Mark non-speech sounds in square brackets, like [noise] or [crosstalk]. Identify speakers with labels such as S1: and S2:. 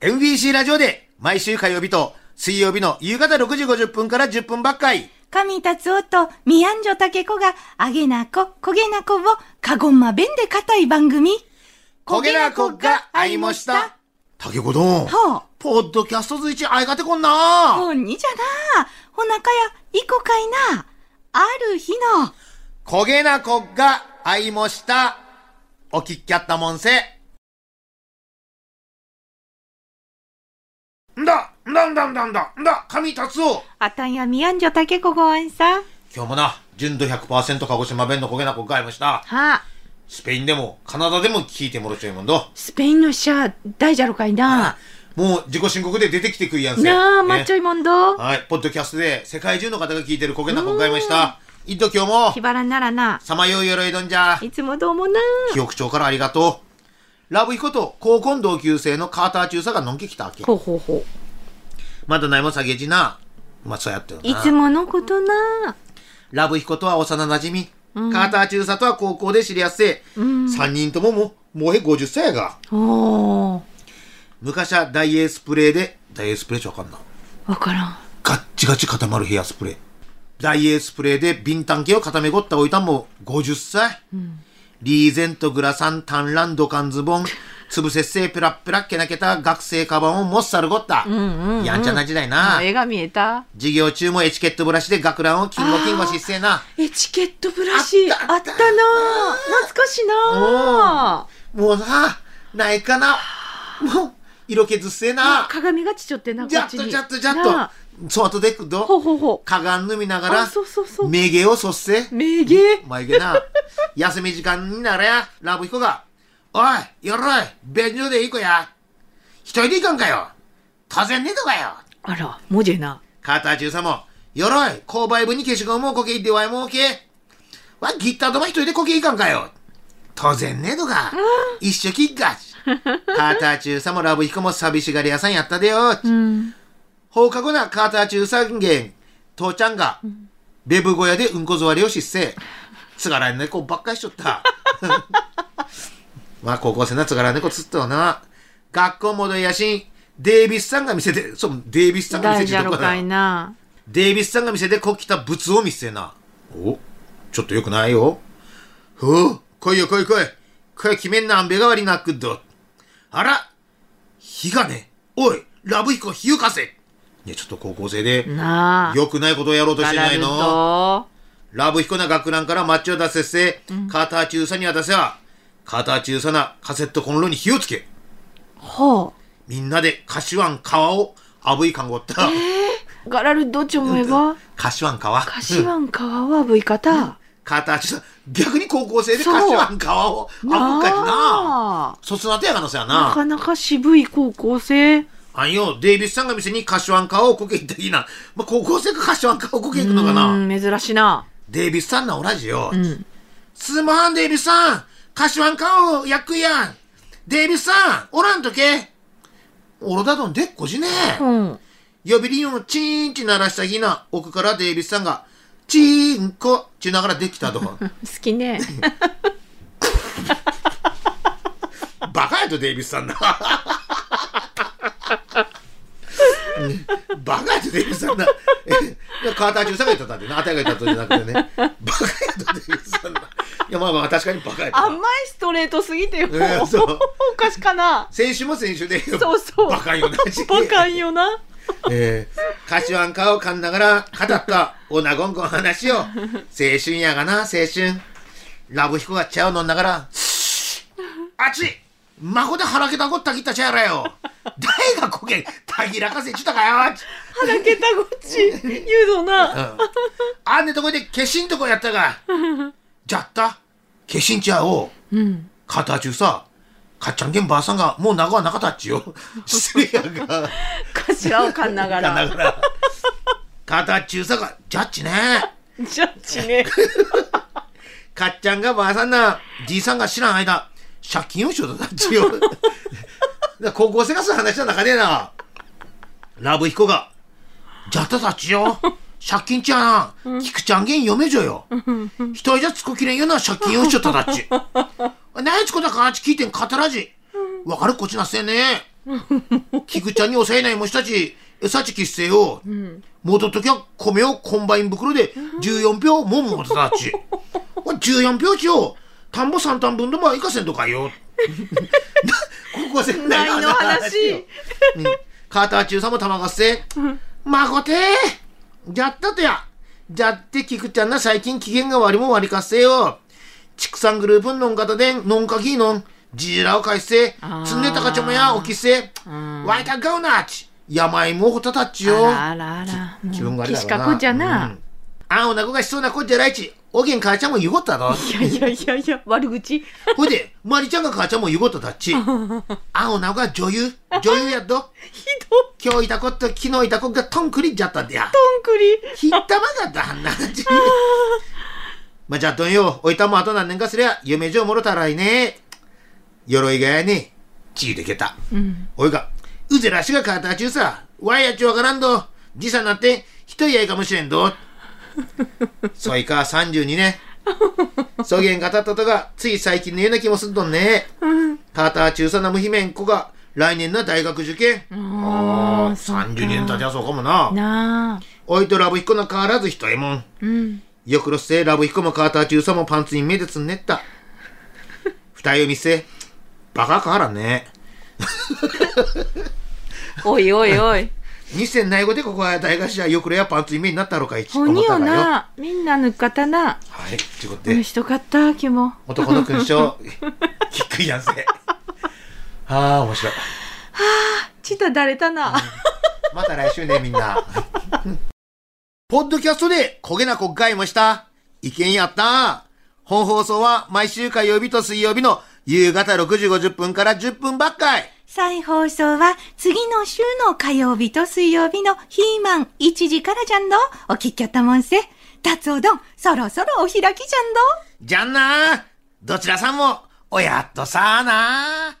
S1: MBC ラジオで毎週火曜日と水曜日の夕方6時50分から10分ばっかり。
S2: 神達夫とミアンジョタケコが、あげなこ、こげなこを、かごんまべんで固い番組。
S1: 焦げなこが会いました。。竹子どん。
S2: はあ
S1: ポッドキャストずいち会いがてこんな。
S2: ほんにじゃな。ほなかや、いこかいな。ある日の、
S1: 焦げなこが会いました。おきっきゃったもんせ。んだ、んだんだんだんだ、んだ、神達夫。
S2: あたんやミアンジョタケコごあんさ。は
S1: 今日もな、純度100%鹿児島弁の焦げなこが会いました。
S2: あ、
S1: スペインでも、カナダでも聞いてもろちょいもんど。
S2: スペインのシャ大じゃろかいな。
S1: もう自己申告で出てきてくいやんせ。
S2: なあ、まっ
S1: ね
S2: ちょいもんど。
S1: はい、ポッドキャストで世界中の方が聞いてるこけなこがいました。いっと今日
S2: 気
S1: も、
S2: ばらんならな。
S1: さまようよろいどんじゃ。
S2: いつもどうもな。
S1: 記憶帳からありがとう。ラブヒコと高校の同級生のカーター中佐がのんき来たわけ。
S2: ほうほうほ
S1: まだないもん下げじな。まあ、そうやってる
S2: う。い
S1: な
S2: つ。ものことな。
S1: ラブヒコとは幼馴染み。カーター中佐とは高校で知り合っせ。
S2: うん。
S1: 三人とももう、もうへ50歳やが。
S2: おー。
S1: 昔はダイエースプレーで、ダイエースプレーちゃわかんな。
S2: わからん。
S1: ガッチガチ固まるヘアスプレー。ダイエースプレーでビンタン系を固めごったおいたんも50歳。リーゼントグラサンタンランドカンズボン、つぶせっせペラッペラッけなけた学生カバンをもっさるごった。やんちゃな時代な。
S2: 絵が見えた
S1: 授業中もエチケットブラシで学ランを金吾金吾しっせえな。
S2: エチケットブラシあ
S1: あ
S2: っ
S1: ったたあ
S2: なあ
S1: った
S2: 懐かしいな
S1: もうな、ないかな。もう、色気ずっせえな。
S2: 鏡がちちょってな
S1: じゃ
S2: こ
S1: っ
S2: ち
S1: と
S2: に
S1: じゃっとじゃっ
S2: なあ
S1: と。そう、あとでく
S2: ほう
S1: ど。
S2: ほうほ
S1: かがんぬみなが
S2: うあ
S1: ら、
S2: そうそうそう
S1: 目毛をそっせ。
S2: 名言
S1: 眉毛な。休み時間にならや、ラブヒコが。おい、よろい、便所で行こや。一人で行かんかよ。当然ねえとかよ。
S2: あら文字な
S1: カーター中佐も、よろい、購買部に消しゴムをこけいってわいもうけ。わ、ギッターとも一人でこけいかんかよ。当然ねえとか。一緒きっかし。カーター中佐もラブヒコも寂しがり屋さんやったでよ。
S2: うん
S1: 放課後なカーター中3軒、父ちゃんが、ベブ小屋でうんこ座りをしっせ。つがらん猫ばっかりしちょった。 [laughs] まあ、高校生なつがらん猫つったわな。学校戻りやしん、デイビスさんが見せて、そう、デイビスさんが見
S2: 大
S1: せ
S2: じ
S1: て
S2: ゃ
S1: る
S2: ろ
S1: とこ
S2: か
S1: だ
S2: い
S1: な。
S2: な
S1: デイビスさんが見せてこきた物を見せてな。おちょっとよくないよ。ほう、来いよ来い来い。これ決めんな、んべがわりなくっど。あら、火がね、おい、ラブヒコ火を貸せ。ね、ちょっと高校生で、
S2: なあ
S1: よくないことをやろうとしてない
S2: ガ
S1: の。
S2: ラ
S1: ラブヒコな学ランからマッチを出せっせ、カーター中佐に渡せは、カーター中佐なカセットコンロに火をつけ。
S2: ルドほ
S1: みんなでカシワン川をあぶいかんごった。
S2: うガラルドち思えば
S1: カシワン川。
S2: カシワン川はぶい方
S1: 形だ逆に高校生でカシワン川をあぶっかしな
S2: あ
S1: 卒なってやがのさや
S2: なか
S1: な
S2: なか渋い高校生
S1: あんよデイビスさんが店にカシワン川をこけいったいいな、まあ、高校生がカシワン川をこけいくのか
S2: う
S1: なん
S2: 珍しいな
S1: デイビスさんなおらじよ、
S2: ん
S1: すまんデイビスさんカシワン川を焼くやんデイビスさんおらんとけおろだどんでっこじね
S2: うん
S1: 呼び鈴をチーンチ鳴らしたぎな奥からデイビスさんがチーンコちゅうながらできたと
S2: 好きね。
S1: バカやとデイビスさんな。バカやとデイビスさんな。えカーター中佐が言ったったんでな、あたりが言ったとじゃなくてね。バカやとデイビスさんな。いや、まあまあ、確かにバカやとな
S2: 甘いストレートすぎてよ。
S1: うんそう
S2: おかしかな。
S1: 先週も先週で、
S2: そうそう。
S1: バカよな。
S2: バカんよな。
S1: えー、カシワンカを噛んながら語ったオナゴンゴン話を、青春やがな、青春。ラブヒコが茶を飲んながら、あっち孫で腹けたこったぎった茶やらよ。誰がこけ、たぎらかせちゅったかよ。
S2: 腹けたごっち。言うぞな。
S1: あんねとこで消しんとこやったが。じゃった消しんちゃおう。
S2: うん。
S1: カタ中さ、かっちゃんけんばあさんがもう長はなかったっちよ。失礼やが。
S2: かしらをかんなが
S1: だ
S2: ら。
S1: から。カタ中さが、ジャッジね。
S2: ジャッジね。
S1: かっちゃんがばあさんな、じいさんが知らん間、借金をしようとなっちよ。だから高校生がする話の中でな、ラブヒコが、じゃったたちよ。借金ちゃな、菊ちゃんげん嫁じょよ。一人じゃつこきれんよな借金をしちょっただっち。何つこだかあっち聞いてんかたらじ。わかるこっちなっせね。菊ちゃんに抑えない虫たち、餌ちきっせよ。戻っときは米をコンバイン袋で14票もんもた
S3: [laughs]
S1: たち。おい14票しよう。田んぼ3単分でもいかせんとか
S3: [laughs]
S1: よ。高校生
S3: ないの
S1: よ
S3: 話。
S1: うんカーター中さんも玉合戦。まこてーじゃったとや。じゃって菊ちゃんな最近機嫌が悪いもん悪いかっせよ。畜産グループのんかたでん、のんかきいのん。じじらを返せ。
S3: あー
S1: つんでたかちょもやおきせ。
S3: うん
S1: わいたがうなっち。やまいもほたたっちよ。
S3: あらあらあら。
S1: 気分があれだろ
S3: 岸
S1: うな
S3: かこじゃな。
S1: うんあんおなこがしそうなこじゃないち。おげん母ちゃんも言うこっ
S3: [laughs]
S1: たろ。
S3: いやいやいやいや、悪口。
S1: ほいで、まりちゃんが母ちゃんも言うことだ
S3: [laughs]
S1: っち。あんおなこが女優。女優やっと。
S3: ひどい。
S1: 今日いたこと、昨日いたことがとんくりっちゃったんだや。
S3: どんくり。
S1: ひったまがだんなち。 [laughs] まあ、じゃあどんよ。おいたもあと何年かすりゃ、夢じょもろたらいね。鎧がやね。ちいでけた。
S3: うん。
S1: おいか、うぜらしが変わったちゅうさ。わいやっちわからんど。時差なって、一人やいかもしれ
S3: [laughs]
S1: んど。そいか、32年。そげん語ったとが、つい最近のような気もすんどんね。カーター中佐な無姫ん子が、来年な大学受験。
S3: あーそうか
S1: 32年経ちゃそうかもな。
S3: なあ。
S1: おいとラブ彦の変わらず人えもん。
S3: うん。
S1: よくろっせ、ラブヒコもカーター中佐もパンツに目でつんねった。二重見せ、バカかわらんね。
S3: おいおいお
S1: [laughs]
S3: い。
S1: 二千ないごでここは大頭よくろやパンツに目になったろかいち。
S3: ほによ
S1: 思ったらよ
S3: な。みんな抜かたな。
S1: はい、ちゅうこと
S3: おい
S1: で、
S3: しとかった、今日も。
S1: 男の勲章、きっくりやんせ。ああ、面白い。
S3: ちただれたな。
S1: また来週ね、みんな。ポッドキャストで焦げなこっかいもした。意見やった。本放送は毎週火曜日と水曜日の夕方6時50分から10分ばっかい。
S2: 再放送は次の週の火曜日と水曜日のヒーマン1時からじゃんど。お聞きやったもんせ。達おどん、そろそろお開きじゃんど。
S1: じゃんなどちらさんも、おやっとさあな